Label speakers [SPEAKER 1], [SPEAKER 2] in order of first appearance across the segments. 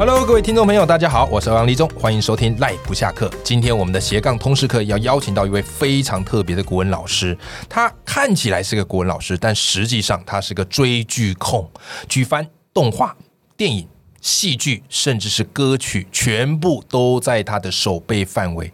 [SPEAKER 1] Hello，各位听众朋友，大家好，我是欧阳立中，欢迎收听 Life 不下课。今天我们的斜杠通识课要邀请到一位非常特别的国文老师，他看起来是个国文老师，但实际上他是个追剧控，举凡动画、电影、戏剧，甚至是歌曲，全部都在他的手背范围。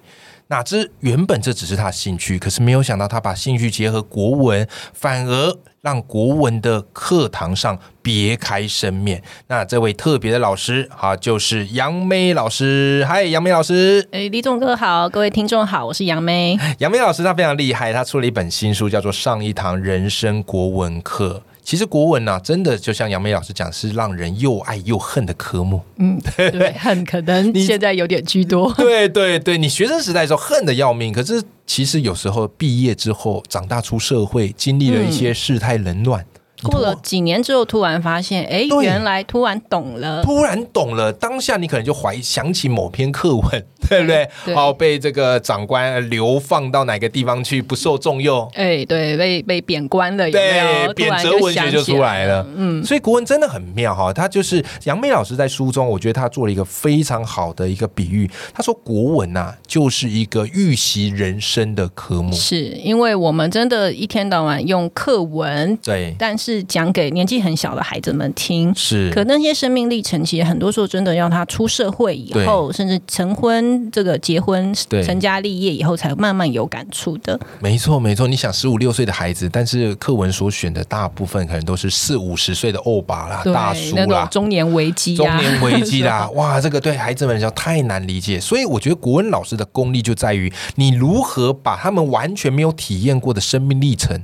[SPEAKER 1] 哪知原本这只是他的兴趣，可是没有想到他把兴趣结合国文，反而让国文的课堂上别开生面。那这位特别的老师啊，就是杨梅老师。嗨，杨梅老师。
[SPEAKER 2] 哎，李总哥好，各位听众好，我是 杨梅。
[SPEAKER 1] 杨梅老师他非常厉害，他出了一本新书，叫做《上一堂人生国文课》。其实国文呢、啊真的就像杨梅老师讲，是让人又爱又恨的科目。
[SPEAKER 2] 嗯，对，很可能
[SPEAKER 1] 你
[SPEAKER 2] 现在有点 居 多。
[SPEAKER 1] 对对对，你学生时代的时候恨得要命，可是其实有时候毕业之后，长大出社会，经历了一些世态冷暖，你
[SPEAKER 2] 嗯过了
[SPEAKER 1] 突
[SPEAKER 2] 几年之后，突然发现，哎
[SPEAKER 1] 对，
[SPEAKER 2] 原来突然懂了。
[SPEAKER 1] 突然懂了，当下你可能就怀想起某篇课文，对不对？
[SPEAKER 2] 嗯对
[SPEAKER 1] 哦，被这个长官流放到哪个地方去，不受重用。
[SPEAKER 2] 哎，对，被被贬官了，有哎没
[SPEAKER 1] 对
[SPEAKER 2] 有？，突
[SPEAKER 1] 贬
[SPEAKER 2] 然
[SPEAKER 1] 谪文学
[SPEAKER 2] 想
[SPEAKER 1] 就
[SPEAKER 2] 起
[SPEAKER 1] 出来了。嗯，所以国文真的很妙哈，他就是杨梅老师在书中，我觉得他做了一个非常好的一个比喻。他说国文呐、啊就是一个预习人生的科目。
[SPEAKER 2] 是因为我们真的一天到晚用课文，
[SPEAKER 1] 对，
[SPEAKER 2] 但是讲给年纪很小的孩子们听。
[SPEAKER 1] 是，
[SPEAKER 2] 可那些生命历程，其实很多时候真的要他出社会以后，甚至成婚、这个结婚、
[SPEAKER 1] 对
[SPEAKER 2] 成家立业以后，才慢慢有感触的。
[SPEAKER 1] 没错没错。你想十五六岁的孩子，但是课文所选的大部分可能都是四五十岁的欧巴啦、
[SPEAKER 2] 对，
[SPEAKER 1] 啊大叔
[SPEAKER 2] 那种
[SPEAKER 1] 啦。
[SPEAKER 2] 中年危机、
[SPEAKER 1] 中
[SPEAKER 2] 啊、
[SPEAKER 1] 年危机 啦，哇，这个对孩子们来讲太难理解，所以我觉得国文老师的功力就在于你如何把他们完全没有体验过的生命历程，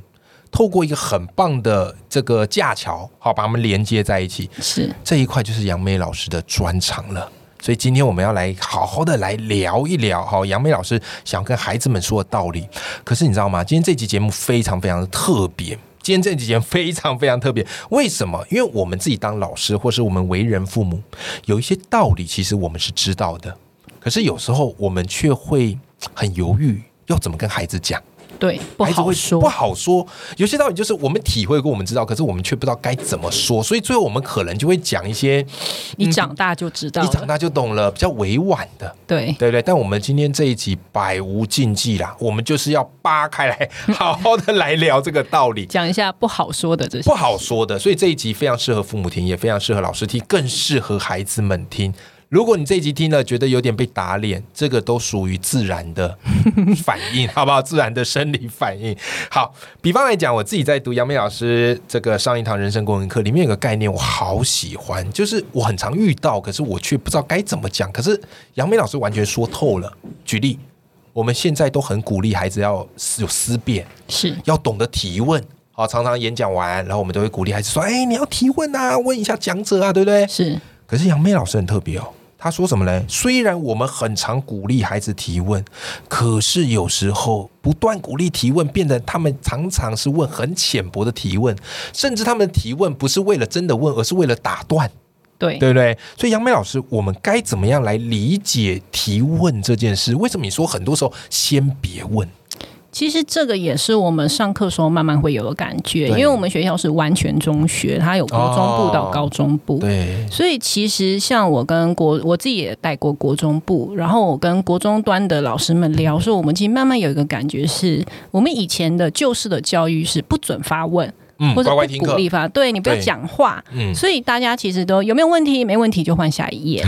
[SPEAKER 1] 透过一个很棒的这个架桥，好把他们连接在一起。
[SPEAKER 2] 是
[SPEAKER 1] 这一块就是杨梅老师的专长了。所以今天我们要来好好的来聊一聊哈，杨梅老师想跟孩子们说的道理。可是你知道吗？今天这集节目非常非常的特别。今天这集节目非常非常特别，为什么？因为我们自己当老师，或是我们为人父母，有一些道理其实我们是知道的，可是有时候我们却会很犹豫，要怎么跟孩子讲。
[SPEAKER 2] 对，不
[SPEAKER 1] 孩子
[SPEAKER 2] 好
[SPEAKER 1] 会
[SPEAKER 2] 说，
[SPEAKER 1] 不好说。有些道理就是我们体会过，我们知道，可是我们却不知道该怎么说，所以最后我们可能就会讲一些
[SPEAKER 2] 你长大就知道
[SPEAKER 1] 嗯你长
[SPEAKER 2] 了。
[SPEAKER 1] 大就懂了，比较委婉的，
[SPEAKER 2] 对，
[SPEAKER 1] 对不对？但我们今天这一集百无禁忌啦，我们就是要扒开来，好好的来聊这个道理。
[SPEAKER 2] 讲一下不好说的这些
[SPEAKER 1] 不。好说的，所以这一集非常适合父母听，也非常适合老师听，更适合孩子们听。如果你这一集听了觉得有点被打脸，这个都属于自然的反应，好不好？自然的生理反应。好，比方来讲，我自己在读杨梅老师这个上一堂人生公文课，里面有个概念我好喜欢，就是我很常遇到，可是我却不知道该怎么讲。可是杨梅老师完全说透了。举例，我们现在都很鼓励孩子要有思辨，
[SPEAKER 2] 是
[SPEAKER 1] 要懂得提问。好，常常演讲完，然后我们都会鼓励孩子说：“哎，你要提问啊，问一下讲者啊，对不对
[SPEAKER 2] 是，？”
[SPEAKER 1] 可是杨梅老师很特别哦，他说什么呢？虽然我们很常鼓励孩子提问，可是有时候不断鼓励提问，变得他们常常是问很浅薄的提问，甚至他们的提问不是为了真的问，而是为了打断，
[SPEAKER 2] 对，
[SPEAKER 1] 对不对？所以杨梅老师，我们该怎么样来理解提问这件事？为什么你说很多时候先别问？
[SPEAKER 2] 其实这个也是我们上课时候慢慢会有的感觉，
[SPEAKER 1] 对
[SPEAKER 2] 因为我们学校是完全中学，它有国中部到
[SPEAKER 1] 哦
[SPEAKER 2] 高中部。
[SPEAKER 1] 对，
[SPEAKER 2] 所以其实像我跟国我自己也带过国中部，然后我跟国中端的老师们聊说，我们其实慢慢有一个感觉是，我们以前的旧式的教育是不准发问，
[SPEAKER 1] 嗯，
[SPEAKER 2] 或者
[SPEAKER 1] 乖乖
[SPEAKER 2] 不
[SPEAKER 1] 听
[SPEAKER 2] 鼓
[SPEAKER 1] 课，
[SPEAKER 2] 励发，对你不要
[SPEAKER 1] 对
[SPEAKER 2] 讲话，
[SPEAKER 1] 嗯。
[SPEAKER 2] 所以大家其实都有没有问题？没问题就换下一 页。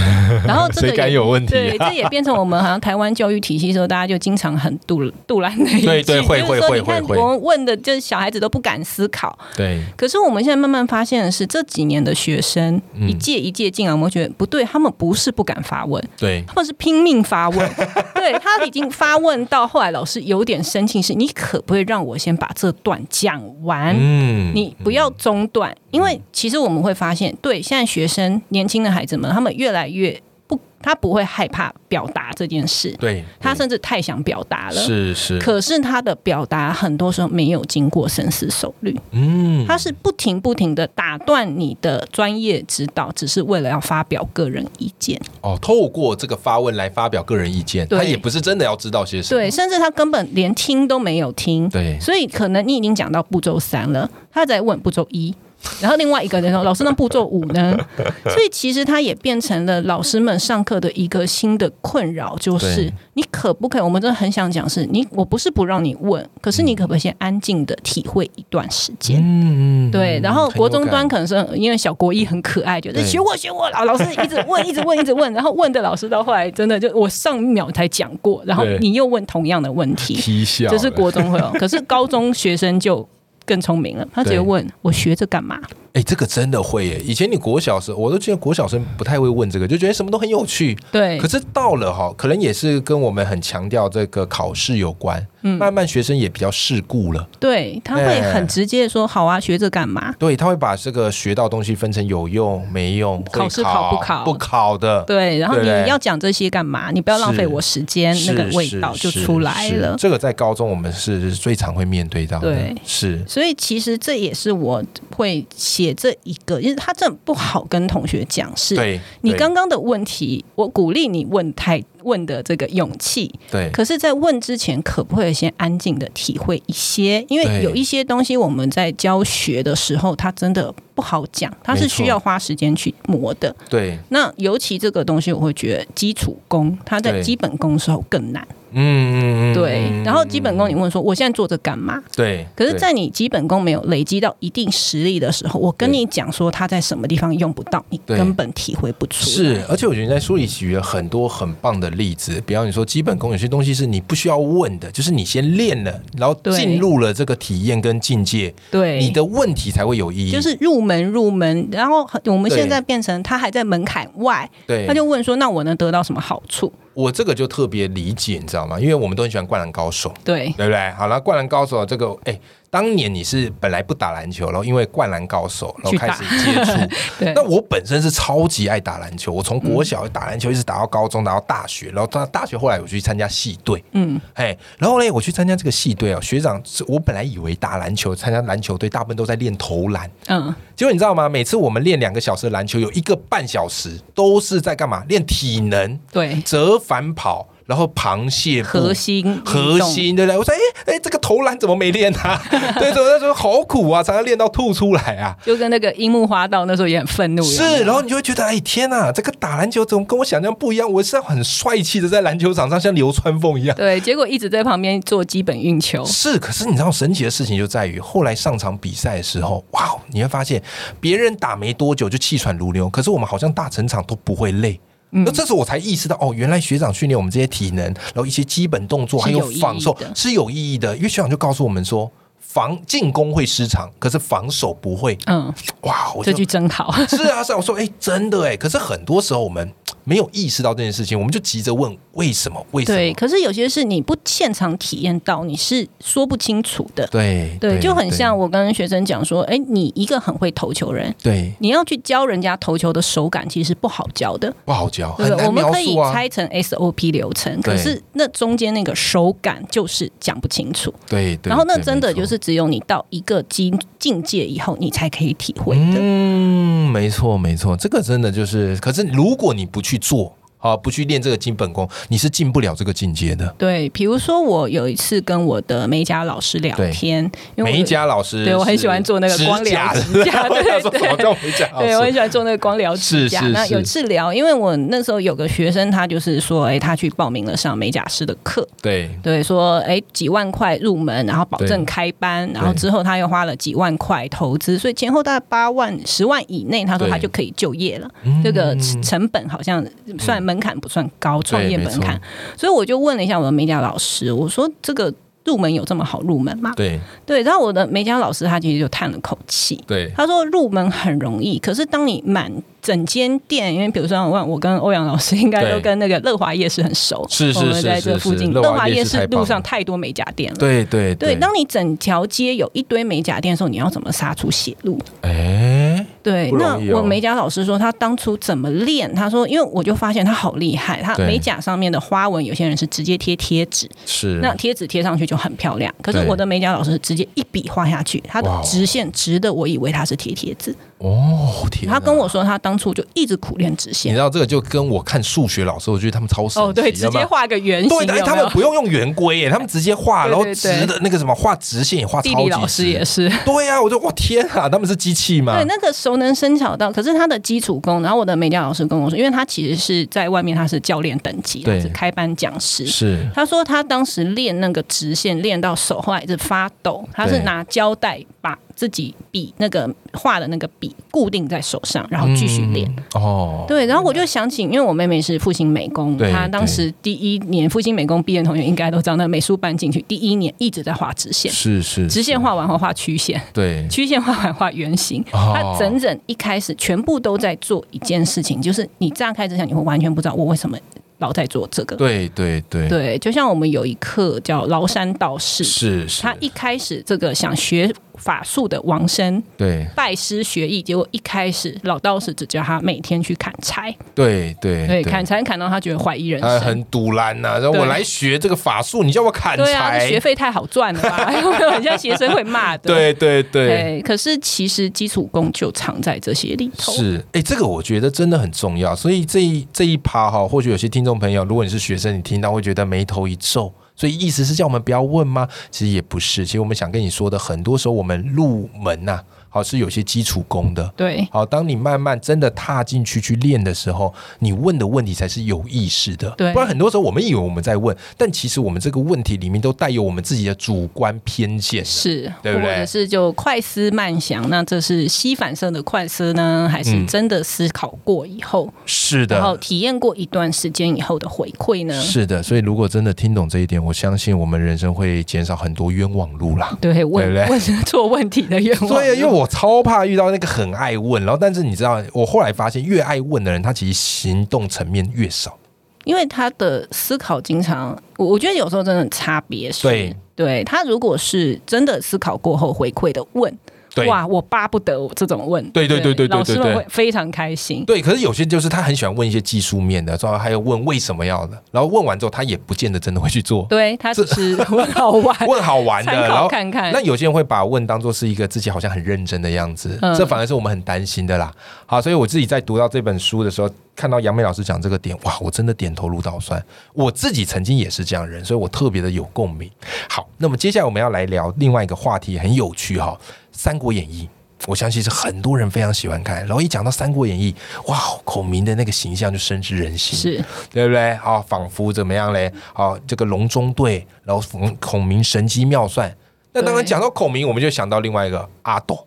[SPEAKER 2] 然后这
[SPEAKER 1] 谁
[SPEAKER 2] 个
[SPEAKER 1] 敢
[SPEAKER 2] 也
[SPEAKER 1] 有问题、
[SPEAKER 2] 对，
[SPEAKER 1] 啊？
[SPEAKER 2] 这也变成我们好像台湾教育体系的时候，大家就经常很杜杜兰的一句，
[SPEAKER 1] 对对会
[SPEAKER 2] 就是
[SPEAKER 1] 会
[SPEAKER 2] 说
[SPEAKER 1] 会
[SPEAKER 2] 你看
[SPEAKER 1] 会会
[SPEAKER 2] 我们问的，就是小孩子都不敢思考。
[SPEAKER 1] 对，
[SPEAKER 2] 可是我们现在慢慢发现的是，这几年的学生
[SPEAKER 1] 嗯
[SPEAKER 2] 一届一届进来，我们会觉得不对，他们不是不敢发问，
[SPEAKER 1] 对，
[SPEAKER 2] 他们是拼命发问。 对他已经发问到后来，老师有点生气，是你可不可以让我先把这段讲完？
[SPEAKER 1] 嗯
[SPEAKER 2] 你不要中断，因为其实我们会发现，对现在学生年轻的孩子们，他们越来越不，他不会害怕表达这件事，
[SPEAKER 1] 对，
[SPEAKER 2] 他
[SPEAKER 1] 对
[SPEAKER 2] 甚至太想表达了。
[SPEAKER 1] 是是，
[SPEAKER 2] 可是他的表达很多时候没有经过深思熟虑，
[SPEAKER 1] 嗯，
[SPEAKER 2] 他是不停不停的打断你的专业指导，只是为了要发表个人意见。
[SPEAKER 1] 哦，透过这个发问来发表个人意见，
[SPEAKER 2] 对
[SPEAKER 1] 他也不是真的要知道些什么，
[SPEAKER 2] 对，甚至他根本连听都没有听。
[SPEAKER 1] 对
[SPEAKER 2] 所以可能你已经讲到步骤三了，他在问步骤一。然后另外一个人说：“老师，那步骤五 呢？”所以其实他也变成了老师们上课的一个新的困扰，就是
[SPEAKER 1] 对
[SPEAKER 2] 你可不可以？我们真的很想讲是，你我不是不让你问，可是你可不可以先安静的体会一段时间？
[SPEAKER 1] 嗯，嗯
[SPEAKER 2] 对，
[SPEAKER 1] 嗯
[SPEAKER 2] 然后
[SPEAKER 1] 很有
[SPEAKER 2] 国中
[SPEAKER 1] 感
[SPEAKER 2] 端可能是因为小国一很可爱，觉得
[SPEAKER 1] 对
[SPEAKER 2] 学我学我，老老师一直问，一直问，一直问，然后问的老师到后来真的就我上一秒才讲过，然后
[SPEAKER 1] 对
[SPEAKER 2] 你又问同样的问题，
[SPEAKER 1] 踢笑了，
[SPEAKER 2] 这是国中会有， 可是高中学生就更聪明了，他直接
[SPEAKER 1] 对
[SPEAKER 2] 问我学这干嘛？
[SPEAKER 1] 哎、这个真的会耶！以前你国小时，我都记得国小生不太会问这个，就觉得什么都很有趣。
[SPEAKER 2] 对
[SPEAKER 1] 可，是到了哈，可能也是跟我们很强调这个考试有关，
[SPEAKER 2] 嗯
[SPEAKER 1] 慢慢学生也比较世故了。
[SPEAKER 2] 对，他会很直接地说好啊，学这干嘛？
[SPEAKER 1] 对，他会把这个学到东西分成有用、没用，会
[SPEAKER 2] 考试考不考
[SPEAKER 1] 不考的，
[SPEAKER 2] 对，然后
[SPEAKER 1] 对
[SPEAKER 2] 你
[SPEAKER 1] 不对
[SPEAKER 2] 要讲这些干嘛？你不要浪费
[SPEAKER 1] 是
[SPEAKER 2] 我时间，那个
[SPEAKER 1] 是
[SPEAKER 2] 味
[SPEAKER 1] 是
[SPEAKER 2] 道就是出来
[SPEAKER 1] 是
[SPEAKER 2] 了。
[SPEAKER 1] 这个在高中我们是最常会面对到的，
[SPEAKER 2] 对
[SPEAKER 1] 是
[SPEAKER 2] 所以其实这也是我会写这一个，因为他真的不好跟同学讲，是
[SPEAKER 1] 对。
[SPEAKER 2] 你
[SPEAKER 1] 对
[SPEAKER 2] 刚刚的问题，我鼓励你问太问的这个勇气，
[SPEAKER 1] 对
[SPEAKER 2] 可是，在问之前，可不可以先安静的体会一些？因为
[SPEAKER 1] 对
[SPEAKER 2] 有一些东西我们在教学的时候，它真的不好讲，它是
[SPEAKER 1] 没错
[SPEAKER 2] 需要花时间去磨的。
[SPEAKER 1] 对，
[SPEAKER 2] 那尤其这个东西，我会觉得基础功，它在
[SPEAKER 1] 对
[SPEAKER 2] 基本功的时候更难。
[SPEAKER 1] 嗯嗯嗯，
[SPEAKER 2] 对，
[SPEAKER 1] 嗯
[SPEAKER 2] 然后基本功，你
[SPEAKER 1] 嗯
[SPEAKER 2] 问说，我现在做这干嘛？
[SPEAKER 1] 对，
[SPEAKER 2] 可是，
[SPEAKER 1] 对
[SPEAKER 2] 在你基本功没有累积到一定实力的时候，我跟
[SPEAKER 1] 对
[SPEAKER 2] 你讲说他在什么地方用不到，你
[SPEAKER 1] 对
[SPEAKER 2] 根本体会不出来。
[SPEAKER 1] 是，而且我觉得你在书里举了很多很棒的例子，比方你说基本功，有些东西是你不需要问的，就是你先练了，然后
[SPEAKER 2] 对
[SPEAKER 1] 进入了这个体验跟境界，
[SPEAKER 2] 对
[SPEAKER 1] 你的问题才会有意义。
[SPEAKER 2] 就是入门入门，然后我们
[SPEAKER 1] 对
[SPEAKER 2] 现在变成他还在门槛外，
[SPEAKER 1] 对，
[SPEAKER 2] 他就问说：“那我能得到什么好处
[SPEAKER 1] 我这个就特别理解，你知道吗？因为我们都很喜欢《灌篮高手》，？”
[SPEAKER 2] 对
[SPEAKER 1] 对不对？好了，《灌篮高手》这个，哎，当年你是本来不打篮球，然后因为《灌篮高手》，然后
[SPEAKER 2] 去
[SPEAKER 1] 开
[SPEAKER 2] 打
[SPEAKER 1] 始接触，
[SPEAKER 2] 对
[SPEAKER 1] 那我本身是超级爱打篮球，我从国小打篮球一直打到高中，打到大学，然后到大学后来我去参加系队，嗯，哎，然后呢，我去参加这个系队哦，学长，我本来以为打篮球参加篮球队大部分都在练投篮，
[SPEAKER 2] 嗯，
[SPEAKER 1] 结果你知道吗？每次我们练两个小时的篮球，有一个半小时都是在干嘛？练体能、
[SPEAKER 2] 对，
[SPEAKER 1] 折返跑，然后螃蟹步
[SPEAKER 2] 核心
[SPEAKER 1] 核心，对不对？我说，哎哎，这个投篮怎么没练啊？ 对，怎么那时候好苦啊，常常练到吐出来啊。
[SPEAKER 2] 就跟那个樱木花道那时候也很愤怒，有没
[SPEAKER 1] 是，
[SPEAKER 2] 有
[SPEAKER 1] 然后你就会觉得，哎，天呐，这个打篮球怎么跟我想象不一样？我是要很帅气的在篮球场上像流川枫一样。
[SPEAKER 2] 对，结果一直在旁边做基本运球，
[SPEAKER 1] 是，可是你知道神奇的事情就在于，后来上场比赛的时候，哇，哦你会发现别人打没多久就气喘如牛，可是我们好像打整场都不会累。
[SPEAKER 2] 嗯
[SPEAKER 1] 那这时候我才意识到，哦，原来学长训练我们这些体能，然后一些基本动作，
[SPEAKER 2] 是
[SPEAKER 1] 还有
[SPEAKER 2] 有意义
[SPEAKER 1] 防守
[SPEAKER 2] 的
[SPEAKER 1] 是有意义的，因为学长就告诉我们说，防进攻会失常，可是防守不会。
[SPEAKER 2] 嗯，
[SPEAKER 1] 哇，哦我
[SPEAKER 2] 这
[SPEAKER 1] 就
[SPEAKER 2] 句真好，
[SPEAKER 1] 是啊，是啊，我说，哎、真的哎，可是很多时候我们嘖没有意识到这件事情，我们就急着问为什么，为什
[SPEAKER 2] 对。
[SPEAKER 1] 么？
[SPEAKER 2] 可是有些事你不现场体验到，你是说不清楚的。
[SPEAKER 1] 对
[SPEAKER 2] 对，就很像我跟学生讲说，哎，你一个很会投球人，
[SPEAKER 1] 对，
[SPEAKER 2] 你要去教人家投球的手感，其实不好教的，
[SPEAKER 1] 不好教，
[SPEAKER 2] 对
[SPEAKER 1] 很
[SPEAKER 2] 不对？我
[SPEAKER 1] 难
[SPEAKER 2] 们
[SPEAKER 1] 描
[SPEAKER 2] 可以
[SPEAKER 1] 述啊。
[SPEAKER 2] 拆成 SOP 流程，
[SPEAKER 1] 对
[SPEAKER 2] 可是那中间那个手感就是讲不清楚。
[SPEAKER 1] 对对。
[SPEAKER 2] 然后那
[SPEAKER 1] 对
[SPEAKER 2] 真的
[SPEAKER 1] 没错
[SPEAKER 2] 就是只有你到一个境境界以后，你才可以体会的。
[SPEAKER 1] 嗯，没错没错，这个真的就是，可是如果你不去做啊，不去练这个基本功，你是进不了这个境界的。
[SPEAKER 2] 对，比如说我有一次跟我的美甲老师聊
[SPEAKER 1] 对
[SPEAKER 2] 天，因为我
[SPEAKER 1] 美甲老师是指甲的，
[SPEAKER 2] 对我很喜欢做那个光疗指 甲
[SPEAKER 1] 我想
[SPEAKER 2] 对
[SPEAKER 1] 说
[SPEAKER 2] 对
[SPEAKER 1] 什么叫美甲老
[SPEAKER 2] 对，我很
[SPEAKER 1] 师？
[SPEAKER 2] 喜欢做那个光疗指甲。
[SPEAKER 1] 是是
[SPEAKER 2] 那
[SPEAKER 1] 是
[SPEAKER 2] 有一次聊，因为我那时候有个学生，他就是说，哎，他去报名了上美甲师的课，
[SPEAKER 1] 对
[SPEAKER 2] 对，说哎几万块入门，然后保证
[SPEAKER 1] 对
[SPEAKER 2] 开班，然后之后他又花了几万块投资，所以前后大概八万、十万以内，他说
[SPEAKER 1] 对
[SPEAKER 2] 他就可以就业了。
[SPEAKER 1] 嗯
[SPEAKER 2] 这个成本好像算门槛不算高，创业门槛。所以我就问了一下我的美甲老师，我说这个入门有这么好入门吗？
[SPEAKER 1] 对
[SPEAKER 2] 对，然后我的美甲老师他其实就叹了口气，
[SPEAKER 1] 对
[SPEAKER 2] 他说入门很容易，可是当你满整间店，因为比如说我我跟欧阳老师应该
[SPEAKER 1] 对
[SPEAKER 2] 都跟那个乐华夜市很熟，
[SPEAKER 1] 是是
[SPEAKER 2] 我们在
[SPEAKER 1] 是
[SPEAKER 2] 这附
[SPEAKER 1] 是
[SPEAKER 2] 近，
[SPEAKER 1] 乐华
[SPEAKER 2] 乐华
[SPEAKER 1] 夜
[SPEAKER 2] 夜
[SPEAKER 1] 市
[SPEAKER 2] 市
[SPEAKER 1] 太
[SPEAKER 2] 路
[SPEAKER 1] 棒
[SPEAKER 2] 上
[SPEAKER 1] 了
[SPEAKER 2] 太多美甲店了。
[SPEAKER 1] 对对
[SPEAKER 2] 对，当你整条街有一堆美甲店的时候，你要怎么杀出血路？
[SPEAKER 1] 哎，
[SPEAKER 2] 对，
[SPEAKER 1] 不
[SPEAKER 2] 那
[SPEAKER 1] 容易哦
[SPEAKER 2] 我美甲老师说他当初怎么练？他说，因为我就发现他好厉害，他
[SPEAKER 1] 对
[SPEAKER 2] 美甲上面的花纹，有些人是直接贴贴纸，
[SPEAKER 1] 是
[SPEAKER 2] 那贴纸贴上去就很漂亮。可是
[SPEAKER 1] 对
[SPEAKER 2] 我的美甲老师直接一笔画下去，他
[SPEAKER 1] 哇哦
[SPEAKER 2] 的直线直的，我以为他是贴贴纸。
[SPEAKER 1] 哦，天哪，
[SPEAKER 2] 他跟我说他当初就一直苦练直
[SPEAKER 1] 你
[SPEAKER 2] 线
[SPEAKER 1] 知。道这个就跟我看数学老师，我觉得他们超神奇，
[SPEAKER 2] 哦，对，直
[SPEAKER 1] 要不
[SPEAKER 2] 接
[SPEAKER 1] 然
[SPEAKER 2] 画个圆形，
[SPEAKER 1] 对的，哎
[SPEAKER 2] 有没
[SPEAKER 1] 他们
[SPEAKER 2] 有
[SPEAKER 1] 不用用圆规耶，他们直接画，
[SPEAKER 2] 对
[SPEAKER 1] 然后
[SPEAKER 2] 对
[SPEAKER 1] 直
[SPEAKER 2] 对
[SPEAKER 1] 的那个什么画直线也画
[SPEAKER 2] 地
[SPEAKER 1] 超
[SPEAKER 2] 理
[SPEAKER 1] 级
[SPEAKER 2] 老师
[SPEAKER 1] 直
[SPEAKER 2] 也是。
[SPEAKER 1] 对呀、啊，我就哇天啊，他们是机器吗
[SPEAKER 2] 对，？那个熟能生巧到，可是他的基础功。然后我的美甲老师跟我说，因为他其实是在外面，他是教练等级，他
[SPEAKER 1] 对
[SPEAKER 2] 是开班讲师。
[SPEAKER 1] 是
[SPEAKER 2] 他说他当时练那个直线，练到手后来是发抖，他是
[SPEAKER 1] 对
[SPEAKER 2] 拿胶带把自己笔那个画的那个笔固定在手上，然后继续练。
[SPEAKER 1] 嗯哦，
[SPEAKER 2] 对，然后我就想起，因为我妹妹是复兴美工，
[SPEAKER 1] 对
[SPEAKER 2] 她当时第一年复兴美工毕业的同学应该都知道，那美术班进去第一年一直在画直线，
[SPEAKER 1] 是是
[SPEAKER 2] 直线
[SPEAKER 1] 是
[SPEAKER 2] 画完后画曲线，
[SPEAKER 1] 对
[SPEAKER 2] 曲线画完画圆形，
[SPEAKER 1] 哦
[SPEAKER 2] 他整整一开始全部都在做一件事情，就是你乍开之下，你会完全不知道我为什么老在做这个。
[SPEAKER 1] 对对对
[SPEAKER 2] 对，就像我们有一课叫崂山道士，
[SPEAKER 1] 是是，
[SPEAKER 2] 他一开始这个想学法术的王生
[SPEAKER 1] 对
[SPEAKER 2] 拜师学艺，结果一开始老道士只叫他每天去砍柴，
[SPEAKER 1] 对对
[SPEAKER 2] 对，砍柴砍到他觉得怀疑人
[SPEAKER 1] 他
[SPEAKER 2] 生。
[SPEAKER 1] 很堵拦呐、然后我
[SPEAKER 2] 对
[SPEAKER 1] 来学这个法术，你叫我砍
[SPEAKER 2] 对啊，这
[SPEAKER 1] 柴
[SPEAKER 2] 学，费太好赚了吧？ 人家学生会骂的。
[SPEAKER 1] 对对对。
[SPEAKER 2] 对，可是其实基础功就藏在这些里头。
[SPEAKER 1] 是，哎、这个我觉得真的很重要。所以这一这一趴哈，或许有些听众朋友，如果你是学生，你听到会觉得眉头一皱。所以意思是叫我们不要问吗？其实也不是，其实我们想跟你说的，很多时候我们入门呐、好是有些基础功的。
[SPEAKER 2] 对，
[SPEAKER 1] 好，当你慢慢真的踏进去去练的时候，你问的问题才是有意识的。
[SPEAKER 2] 对
[SPEAKER 1] 不然很多时候我们以为我们在问，但其实我们这个问题里面都带有我们自己的主观偏见。
[SPEAKER 2] 是，
[SPEAKER 1] 对不对
[SPEAKER 2] 或者是就快思慢想，那这是吸反射的快思呢，还是
[SPEAKER 1] 嗯
[SPEAKER 2] 真的思考过以后，
[SPEAKER 1] 是的，
[SPEAKER 2] 然后体验过一段时间以后的回馈呢？
[SPEAKER 1] 是的，所以如果真的听懂这一点，我相信我们人生会减少很多冤枉路 啦。
[SPEAKER 2] 对，问
[SPEAKER 1] 对不对
[SPEAKER 2] 问错问题的愿望。
[SPEAKER 1] 对啊，因为我超怕遇到那个很爱问，然后但是你知道，我后来发现，越爱问的人，他其实行动层面越少。
[SPEAKER 2] 因为他的思考经常，我我觉得有时候真的很差别是，
[SPEAKER 1] 对
[SPEAKER 2] 对他如果是真的思考过后回馈的问，
[SPEAKER 1] 对，
[SPEAKER 2] 哇，我巴不得我这种问，
[SPEAKER 1] 对对对对对
[SPEAKER 2] 老师
[SPEAKER 1] 对
[SPEAKER 2] 们
[SPEAKER 1] 对
[SPEAKER 2] 会非常开心。
[SPEAKER 1] 对。可是有些就是他很喜欢问一些技术面的，然后还有问为什么要的，然后问完之后，他也不见得真的会去 做。
[SPEAKER 2] 对他只是问好玩，
[SPEAKER 1] 问好 玩的，
[SPEAKER 2] 参
[SPEAKER 1] 然
[SPEAKER 2] 考
[SPEAKER 1] 后
[SPEAKER 2] 看看
[SPEAKER 1] 那。有些人会把问当做是一个自己好像很认真的样子，
[SPEAKER 2] 嗯
[SPEAKER 1] 这反而是我们很担心的啦。好，所以我自己在读到这本书的时候，看到杨梅老师讲这个点，哇，我真的点头如捣蒜。我自己曾经也是这样的人，所以我特别的有共鸣。好，那么接下来我们要来聊另外一个话题，很有趣哈、三国演义》。我相信是很多人非常喜欢看，然后一讲到《三国演义》，哇，孔明的那个形象就深植人心。
[SPEAKER 2] 是
[SPEAKER 1] 对不对？好、仿佛怎么样嘞？好、这个隆中对，然后孔孔明神机妙算。那当然
[SPEAKER 2] 对
[SPEAKER 1] 讲到孔明，我们就想到另外一个阿斗。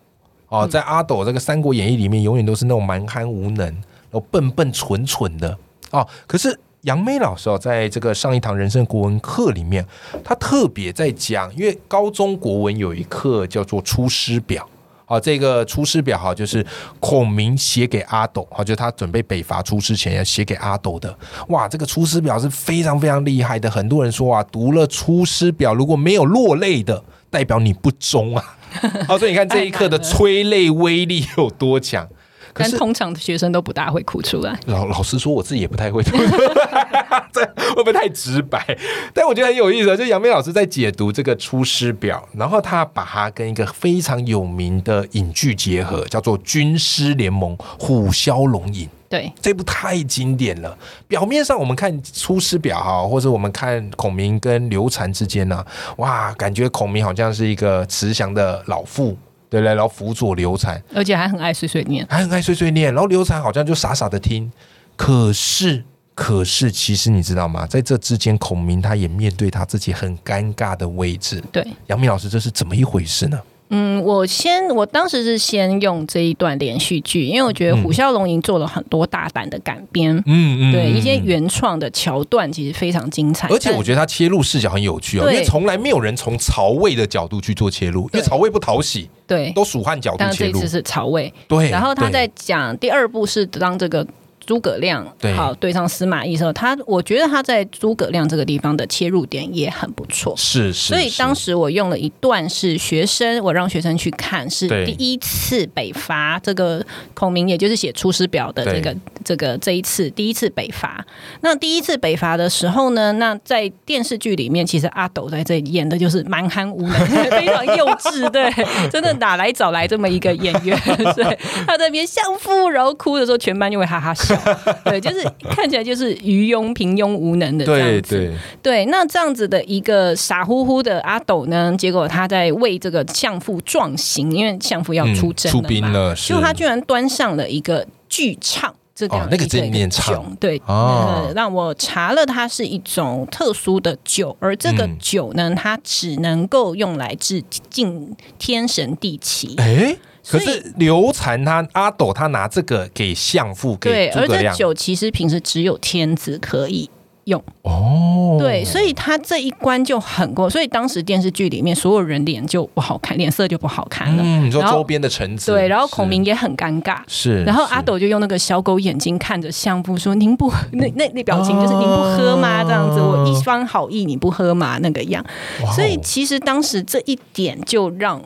[SPEAKER 1] 哦，在阿斗这个《三国演义》里面，永远都是那种蛮憨无能，然后笨笨蠢蠢的。哦，可是杨梅老师哦，在这个上一堂人生国文课里面，他特别在讲，因为高中国文有一课叫做《出师表》。好，这个《出师表》哈，就是孔明写给阿斗，好，就是他准备北伐出师前要写给阿斗的。哇，这个《出师表》是非常非常厉害的，很多人说啊，读了《出师表》如果没有落泪的，代表你不忠啊。好，所以你看这一课的催泪威力有多强。可
[SPEAKER 2] 但
[SPEAKER 1] 是
[SPEAKER 2] 通常学生都不大会哭出来。
[SPEAKER 1] 老老实说，我自己也不太会读， 这会不会太直白？但我觉得很有意思哦，就杨梅老师在解读这个《出师表》，然后他把它跟一个非常有名的影剧结合，叫做《军师联盟》《虎啸龙吟》。
[SPEAKER 2] 对，
[SPEAKER 1] 这部太经典了。表面上我们看《出师表》哈，或者我们看孔明跟刘禅之间呢、哇，感觉孔明好像是一个慈祥的老妇，对不对？然后辅佐刘禅，
[SPEAKER 2] 而且还很爱碎碎念。
[SPEAKER 1] 还很爱碎碎念，然后刘禅好像就傻傻的听。可是，可是，其实你知道吗？在这之间，孔明他也面对他自己很尴尬的位置。
[SPEAKER 2] 对，
[SPEAKER 1] 杨明老师，这是怎么一回事呢？
[SPEAKER 2] 嗯，我先，我当时是先用这一段连续剧，因为我觉得《虎啸龙吟》做了很多大胆的改编，
[SPEAKER 1] 嗯
[SPEAKER 2] 对一些。原创的桥段，其实非常精彩。
[SPEAKER 1] 而且我
[SPEAKER 2] 得
[SPEAKER 1] 觉得他切入视角很有趣哦，因
[SPEAKER 2] 对
[SPEAKER 1] 为从来没有人从曹魏的角度去做切入，因为
[SPEAKER 2] 对
[SPEAKER 1] 曹魏不讨喜，
[SPEAKER 2] 对，
[SPEAKER 1] 都蜀汉角度
[SPEAKER 2] 当然这
[SPEAKER 1] 切
[SPEAKER 2] 一
[SPEAKER 1] 入
[SPEAKER 2] 次。是曹魏，
[SPEAKER 1] 对，
[SPEAKER 2] 然后他
[SPEAKER 1] 对
[SPEAKER 2] 在讲第二部是当这个。诸葛亮，
[SPEAKER 1] 对
[SPEAKER 2] 好对上司马懿的时候，他我觉得他在诸葛亮这个地方的切入点也很不错。
[SPEAKER 1] 是是，
[SPEAKER 2] 所以
[SPEAKER 1] 是
[SPEAKER 2] 当时我用了一段是学生，我让学生去看，是
[SPEAKER 1] 对
[SPEAKER 2] 第一次北伐，这个孔明也就是写《出师表》的这个这个这一次第一次北伐。那第一次北伐的时候呢，那在电视剧里面，其实阿斗在这里演的就是蛮憨无能， 非常幼 稚，对，真的哪来找来这么一个演员？ 对，他在那边相夫，然后哭的时候，全班就会哈哈笑，对，就是看起来就是愚庸、平庸、无能的这样
[SPEAKER 1] 对
[SPEAKER 2] 子。
[SPEAKER 1] 对
[SPEAKER 2] 对，那这样子的一个傻乎乎的阿斗呢，结果他在为这个相父壮行，因为相父要出征
[SPEAKER 1] 嗯出
[SPEAKER 2] 嘛
[SPEAKER 1] 兵了，是
[SPEAKER 2] 就他居然端上了一个剧唱。这样
[SPEAKER 1] 哦那个
[SPEAKER 2] 一
[SPEAKER 1] 真
[SPEAKER 2] 一
[SPEAKER 1] 念唱
[SPEAKER 2] 酒对，
[SPEAKER 1] 哦
[SPEAKER 2] 呃让我查了，它是一种特殊的酒，而这个
[SPEAKER 1] 嗯
[SPEAKER 2] 酒呢，它只能够用来致敬天神地 奇。
[SPEAKER 1] 哎。可
[SPEAKER 2] 所以
[SPEAKER 1] 是刘禅他阿斗他拿这个给相父
[SPEAKER 2] 对，
[SPEAKER 1] 给诸
[SPEAKER 2] 而
[SPEAKER 1] 葛
[SPEAKER 2] 这
[SPEAKER 1] 亮
[SPEAKER 2] 酒其实平时只有天子可以用。
[SPEAKER 1] 哦，
[SPEAKER 2] 对，所以他这一关就很过，所以当时电视剧里面所有人脸就不好看，脸色就不好看了。
[SPEAKER 1] 嗯，你说
[SPEAKER 2] 然后
[SPEAKER 1] 周边的臣子
[SPEAKER 2] 对，然后孔
[SPEAKER 1] 是
[SPEAKER 2] 明也很尴尬。
[SPEAKER 1] 是，
[SPEAKER 2] 然后阿
[SPEAKER 1] 是
[SPEAKER 2] 斗就用那个小狗眼睛看着相父说：“您不那那那表情就是您不喝吗？这样子，
[SPEAKER 1] 哦
[SPEAKER 2] 我一番好意你不喝吗？那个样。”
[SPEAKER 1] 哇哦
[SPEAKER 2] 所以其实当时这一点就让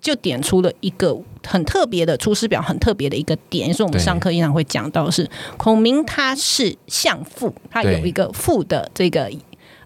[SPEAKER 2] 就点出了一个很特别的《出师表》很特别的一个点，也是我们
[SPEAKER 1] 对
[SPEAKER 2] 上课经常会讲到是孔明他是相父，他有
[SPEAKER 1] 对
[SPEAKER 2] 一个父的这个。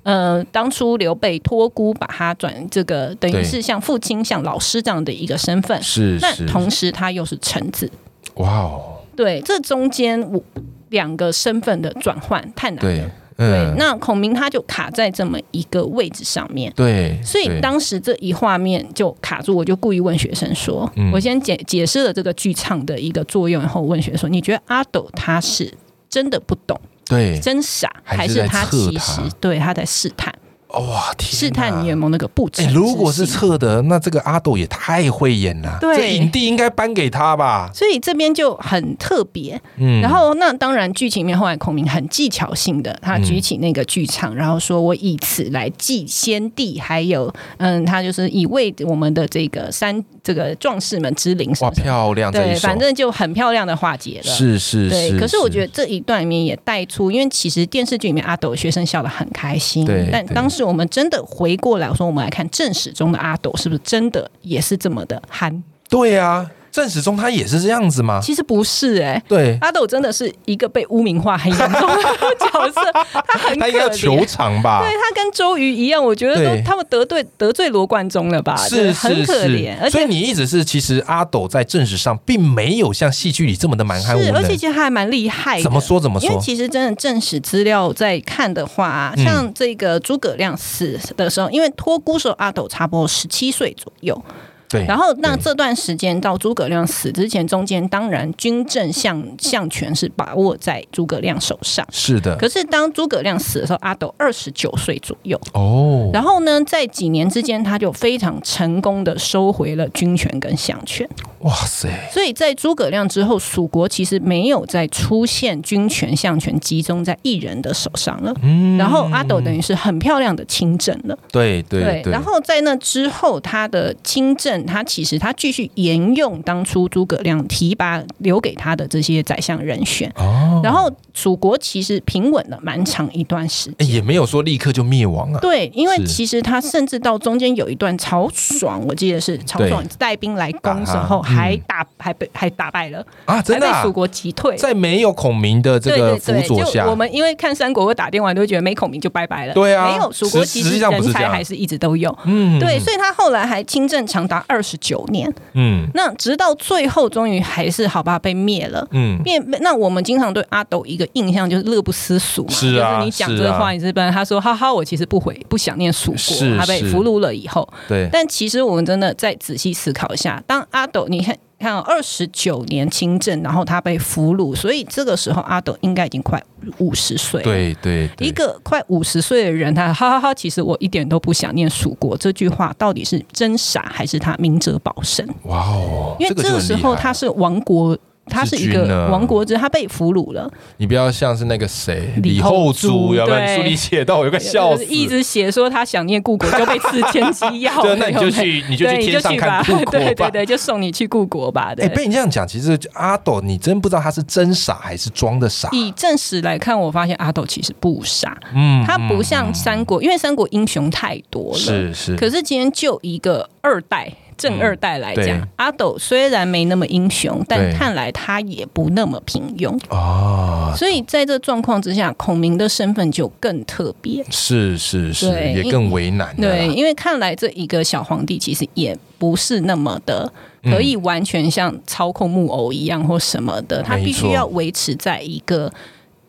[SPEAKER 2] 呃，当初刘备托孤把他转这个，等于
[SPEAKER 1] 对
[SPEAKER 2] 是像父亲、像老师这样的一个身份，
[SPEAKER 1] 是
[SPEAKER 2] 但
[SPEAKER 1] 是
[SPEAKER 2] 同时他又是臣子，
[SPEAKER 1] 哇哦，
[SPEAKER 2] 对，这中间我两个身份的转换太难了。
[SPEAKER 1] 对，嗯，
[SPEAKER 2] 那孔明他就卡在这么一个位置上面，
[SPEAKER 1] 对，
[SPEAKER 2] 所以
[SPEAKER 1] 对
[SPEAKER 2] 当时这一画面就卡住，我就故意问学生说：“
[SPEAKER 1] 嗯
[SPEAKER 2] 我先解解释了这个剧唱的一个作用，然后问学生说，你觉得阿斗他是真的不懂，
[SPEAKER 1] 对，
[SPEAKER 2] 真傻，
[SPEAKER 1] 还
[SPEAKER 2] 还
[SPEAKER 1] 是
[SPEAKER 2] 是
[SPEAKER 1] 在
[SPEAKER 2] 他
[SPEAKER 1] 测
[SPEAKER 2] 其
[SPEAKER 1] 他
[SPEAKER 2] 实对他在试探，
[SPEAKER 1] 哇，天
[SPEAKER 2] 试探
[SPEAKER 1] 哪
[SPEAKER 2] 你有没有那个不
[SPEAKER 1] 哎、
[SPEAKER 2] 知之心？
[SPEAKER 1] 如果是测的，那这个阿斗也太会演了，
[SPEAKER 2] 对
[SPEAKER 1] 这影帝应该颁给他吧？
[SPEAKER 2] 所以这边就很特别，
[SPEAKER 1] 嗯，
[SPEAKER 2] 然后那当然剧情里面后来孔明很技巧性的，他举起那个剧
[SPEAKER 1] 嗯
[SPEAKER 2] 场，然后说我以此来祭先帝，还有嗯，他就是以为我们的这个三这个壮士们之灵什
[SPEAKER 1] 哇，
[SPEAKER 2] 么什么
[SPEAKER 1] 漂亮这一
[SPEAKER 2] 对，
[SPEAKER 1] 首，
[SPEAKER 2] 反正就很漂亮的化解了。
[SPEAKER 1] 是是
[SPEAKER 2] 对，
[SPEAKER 1] 是，
[SPEAKER 2] 可是我觉
[SPEAKER 1] 得
[SPEAKER 2] 得这一段里面也带出，因为其实电视剧里面阿斗的学生笑得很开心
[SPEAKER 1] 对，
[SPEAKER 2] 但
[SPEAKER 1] 对
[SPEAKER 2] 当时我们真的回过来说，我们来看正史中的阿斗是不是真的也是这么的憨？
[SPEAKER 1] 对啊，郑始宗他也是这样子吗？
[SPEAKER 2] 其实不是哎、
[SPEAKER 1] 对，
[SPEAKER 2] 阿斗真的是一个被污名化很严重的角色，他很可
[SPEAKER 1] 他应该要求
[SPEAKER 2] 怜。
[SPEAKER 1] 偿吧？
[SPEAKER 2] 对他跟周瑜一样，我觉得
[SPEAKER 1] 对
[SPEAKER 2] 都他们得罪得罪罗贯中了吧？
[SPEAKER 1] 是
[SPEAKER 2] 对很
[SPEAKER 1] 是
[SPEAKER 2] 可怜，而
[SPEAKER 1] 是，所以
[SPEAKER 2] 且
[SPEAKER 1] 你一直是，其实阿斗在正史上并没有像戏剧里这么的蛮汉无
[SPEAKER 2] 是，而且
[SPEAKER 1] 能。
[SPEAKER 2] 其实还蛮厉害的。
[SPEAKER 1] 怎么？说怎么
[SPEAKER 2] 因为
[SPEAKER 1] 说？
[SPEAKER 2] 其实真的正史资料在看的话，啊
[SPEAKER 1] 嗯
[SPEAKER 2] 像这个诸葛亮死的时候，因为托孤时候阿斗差不多十七岁左右，
[SPEAKER 1] 对，
[SPEAKER 2] 然后那
[SPEAKER 1] 哎对
[SPEAKER 2] 这段时间到诸葛亮死之前，中间当然军政相相权是把握在诸葛亮手上。
[SPEAKER 1] 是的
[SPEAKER 2] 可是当诸葛亮死的时候，阿斗二十九岁左右。
[SPEAKER 1] 哦，
[SPEAKER 2] 然后呢，在几年之间，他就非常成功的收回了军权跟相权。
[SPEAKER 1] 哇塞，
[SPEAKER 2] 所以在诸葛亮之后，蜀国其实没有再出现军权、相权集中在一人的手上了。
[SPEAKER 1] 嗯，
[SPEAKER 2] 然后阿斗等于是很漂亮的亲政了，
[SPEAKER 1] 对对对，
[SPEAKER 2] 然后在那之后，他的亲政，他其实他继续沿用当初诸葛亮提拔留给他的这些宰相人选，
[SPEAKER 1] 哦，
[SPEAKER 2] 然后蜀国其实平稳了蛮长一段时间。
[SPEAKER 1] 哎也没有说立刻就灭亡啊，
[SPEAKER 2] 对，因为
[SPEAKER 1] 是
[SPEAKER 2] 其实他甚至到中间有一段曹爽，我记得是曹爽带兵来攻时候，
[SPEAKER 1] 打他嗯
[SPEAKER 2] 还打还被还打败了，
[SPEAKER 1] 啊，真的
[SPEAKER 2] 还
[SPEAKER 1] 啊
[SPEAKER 2] 被蜀国击退。
[SPEAKER 1] 在没有孔明的这
[SPEAKER 2] 对
[SPEAKER 1] 个
[SPEAKER 2] 对
[SPEAKER 1] 辅
[SPEAKER 2] 对，
[SPEAKER 1] 佐下
[SPEAKER 2] 就我，们因为看三国会打电玩，都会觉得没孔明就拜拜了。
[SPEAKER 1] 对啊
[SPEAKER 2] 没有蜀国
[SPEAKER 1] 实
[SPEAKER 2] 其
[SPEAKER 1] 实际
[SPEAKER 2] 实
[SPEAKER 1] 上不是
[SPEAKER 2] 人
[SPEAKER 1] 这
[SPEAKER 2] 才
[SPEAKER 1] 样
[SPEAKER 2] 还是一直都有。
[SPEAKER 1] 嗯
[SPEAKER 2] 对，所以他后来还亲政长达二十九年，
[SPEAKER 1] 嗯
[SPEAKER 2] 那直到最后终于还是好吧被灭了。
[SPEAKER 1] 嗯，
[SPEAKER 2] 灭那我们经常对阿斗一个印象就是乐不思蜀嘛，
[SPEAKER 1] 是啊
[SPEAKER 2] 就是你讲这个
[SPEAKER 1] 是啊
[SPEAKER 2] 话，你是不然他说哈哈，我其实不悔不想念蜀
[SPEAKER 1] 是
[SPEAKER 2] 国，他被
[SPEAKER 1] 是
[SPEAKER 2] 俘虏了以后，
[SPEAKER 1] 对，
[SPEAKER 2] 但其实我们真的再仔细思考一下，当阿斗你看看啊二十九年亲政，然后他被俘虏，所以这个时候阿斗应该已经快五十岁了。
[SPEAKER 1] 对对对
[SPEAKER 2] 一个快五十岁的人，他哈哈哈，其实我一点都不想念蜀国。这句话到底是真傻还是他明哲保身？
[SPEAKER 1] 哇哦，
[SPEAKER 2] 因为
[SPEAKER 1] 这
[SPEAKER 2] 这
[SPEAKER 1] 就
[SPEAKER 2] 个
[SPEAKER 1] 很
[SPEAKER 2] 时
[SPEAKER 1] 厉
[SPEAKER 2] 候
[SPEAKER 1] 害
[SPEAKER 2] 他是亡国他是一
[SPEAKER 1] 是君
[SPEAKER 2] 个
[SPEAKER 1] 啊
[SPEAKER 2] 亡国之，他被俘虏了，
[SPEAKER 1] 你不要像是那个谁
[SPEAKER 2] 李
[SPEAKER 1] 李
[SPEAKER 2] 后
[SPEAKER 1] 后
[SPEAKER 2] 主
[SPEAKER 1] 主，有没有？你
[SPEAKER 2] 对
[SPEAKER 1] 书里写到，我有个笑
[SPEAKER 2] 就是
[SPEAKER 1] 死。。
[SPEAKER 2] 一直写说他想念故国，就被赐千机药
[SPEAKER 1] 对，那你就去，你就
[SPEAKER 2] 对
[SPEAKER 1] 去
[SPEAKER 2] 你
[SPEAKER 1] 天
[SPEAKER 2] 就
[SPEAKER 1] 上
[SPEAKER 2] 去
[SPEAKER 1] 看
[SPEAKER 2] 吧，
[SPEAKER 1] 故国吧。
[SPEAKER 2] 对对对，就送你去故国吧。对
[SPEAKER 1] 哎、，被你这样讲，其实阿斗，你真不知道他是真傻还是装的傻。
[SPEAKER 2] 以正史来看，我发现阿斗其实不傻，
[SPEAKER 1] 嗯
[SPEAKER 2] 他不
[SPEAKER 1] 嗯
[SPEAKER 2] 像三国，因为三国英雄太多了。
[SPEAKER 1] 是是，
[SPEAKER 2] 可是今天就一个二代正二代来讲，
[SPEAKER 1] 嗯对
[SPEAKER 2] 阿斗虽然没那么英雄，但
[SPEAKER 1] 对
[SPEAKER 2] 看来他也不那么平庸。
[SPEAKER 1] 哦，
[SPEAKER 2] 所以在这状况之下，孔明的身份就更特别。
[SPEAKER 1] 是是是，
[SPEAKER 2] 对
[SPEAKER 1] 也更为难的啦
[SPEAKER 2] 对，因为看来这一个小皇帝其实也不是那么的
[SPEAKER 1] 嗯
[SPEAKER 2] 可以完全像操控木偶一样或什么的，他
[SPEAKER 1] 没
[SPEAKER 2] 必须
[SPEAKER 1] 错
[SPEAKER 2] 要维持在一个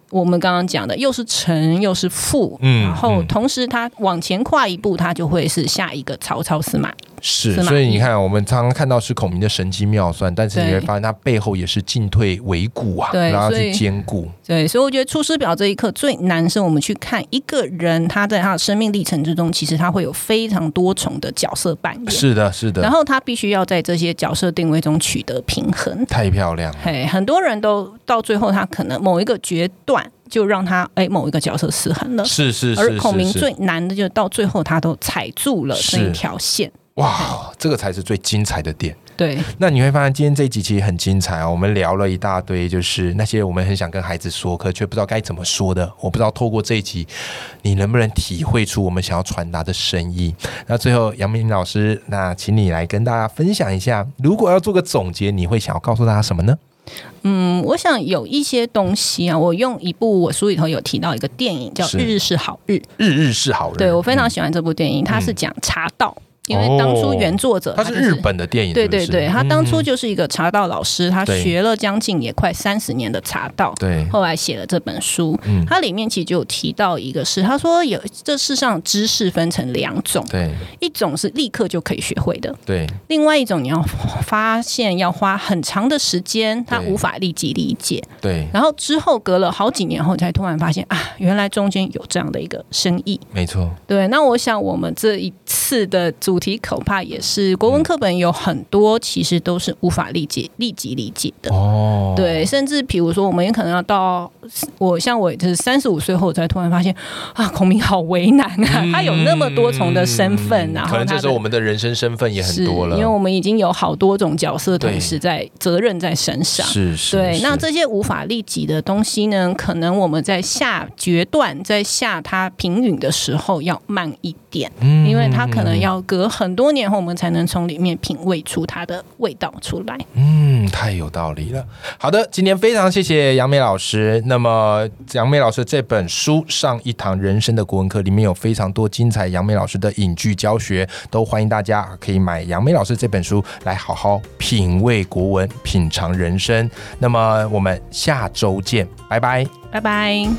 [SPEAKER 2] 我们刚刚讲的又是臣又是父，
[SPEAKER 1] 嗯
[SPEAKER 2] 然后
[SPEAKER 1] 嗯
[SPEAKER 2] 同时他往前跨一步，他就会是下一个曹操司马。
[SPEAKER 1] 是，
[SPEAKER 2] 司马
[SPEAKER 1] 所以
[SPEAKER 2] 懿
[SPEAKER 1] 你看，我们常常看到是孔明的神机妙算，但是你
[SPEAKER 2] 对
[SPEAKER 1] 会发现他背后也是进退维谷啊，
[SPEAKER 2] 对
[SPEAKER 1] 然后
[SPEAKER 2] 所
[SPEAKER 1] 去
[SPEAKER 2] 以
[SPEAKER 1] 兼顾。
[SPEAKER 2] 对，所以我觉得《出师表》这一刻最难是我们去看一个人他在他的生命历程之中，其实他会有非常多重的角色扮演，
[SPEAKER 1] 是的，是
[SPEAKER 2] 然
[SPEAKER 1] 的，
[SPEAKER 2] 后他必须要在这些角色定位中取得平衡。
[SPEAKER 1] 太漂亮了。
[SPEAKER 2] 嘿，很多人都到最后，他可能某一个决断就让他哎某一个角色失衡了。
[SPEAKER 1] 是是是
[SPEAKER 2] 而孔
[SPEAKER 1] 是
[SPEAKER 2] 明
[SPEAKER 1] 是，
[SPEAKER 2] 最难的就是到最后，他都踩住了
[SPEAKER 1] 是
[SPEAKER 2] 那一条线。
[SPEAKER 1] 哇，这个才是最精彩的点。
[SPEAKER 2] 对，
[SPEAKER 1] 那你会发现今天这一集其实很精彩哦，我们聊了一大堆，就是那些我们很想跟孩子说，可却不知道该怎么说的。我不知道透过这一集，你能不能体会出我们想要传达的深意？那最后，杨明老师，那请你来跟大家分享一下，如果要做个总结，你会想要告诉大家什么呢？
[SPEAKER 2] 嗯，我想有一些东西啊，我用一部我书里头有提到一个电影叫
[SPEAKER 1] 是
[SPEAKER 2] 《日日是好日》，
[SPEAKER 1] 日日是好人，
[SPEAKER 2] 对我非常喜欢这部电影，它是讲茶道，因为当初原作者
[SPEAKER 1] 嗯，它是
[SPEAKER 2] 就是
[SPEAKER 1] 日。本的电影，
[SPEAKER 2] 对
[SPEAKER 1] 是不
[SPEAKER 2] 对
[SPEAKER 1] 是
[SPEAKER 2] 对，他当初就是一个茶道老师，他
[SPEAKER 1] 对
[SPEAKER 2] 学了将近也快三十年的茶道，
[SPEAKER 1] 对
[SPEAKER 2] 后来写了这本书。
[SPEAKER 1] 嗯
[SPEAKER 2] 它里面其实就有提到一个是，他说有这世上知识分成两种，
[SPEAKER 1] 对
[SPEAKER 2] 一种是立刻就可以学会的，
[SPEAKER 1] 对
[SPEAKER 2] 另外一种你要发现要花很长的时间，他
[SPEAKER 1] 对
[SPEAKER 2] 无法立即理解。
[SPEAKER 1] 对，
[SPEAKER 2] 然后之后隔了好几年后，才突然发现啊，原来中间有这样的一个生意。
[SPEAKER 1] 没错，
[SPEAKER 2] 对，那我想我们这一次的主题恐怕也是国
[SPEAKER 1] 嗯
[SPEAKER 2] 文课本有很多，其实都是无法理解、立即理解的。
[SPEAKER 1] 哦，
[SPEAKER 2] 对，甚至比如说，我们也可能要到我像我就是三十五岁后，我才突然发现啊，孔明好为难啊，他有那么多重的身份，啊然后
[SPEAKER 1] 嗯可能
[SPEAKER 2] 他
[SPEAKER 1] 这
[SPEAKER 2] 的
[SPEAKER 1] 时候我们的人生身份也很
[SPEAKER 2] 是
[SPEAKER 1] 多了，
[SPEAKER 2] 因为我们已经有好多种角色
[SPEAKER 1] 对
[SPEAKER 2] 同时在责任在身上。
[SPEAKER 1] 是是，
[SPEAKER 2] 对，
[SPEAKER 1] 是
[SPEAKER 2] 那这些无法立即的东西呢，可能我们在下决断、在下它评语的时候要慢一点，
[SPEAKER 1] 嗯
[SPEAKER 2] 因为它可能要隔很多年后，我们才能从里面品味出它的味道出来。
[SPEAKER 1] 嗯，太有道理了。好的，今天非常谢谢杨梅老师。那么，杨梅老师这本书《上一堂人生的国文课》里面有非常多精彩杨梅老师的影剧教学，都欢迎大家可以买杨梅老师这本书来好好品味国文，品尝人生。那么，我们下周见，拜拜。
[SPEAKER 2] 拜拜。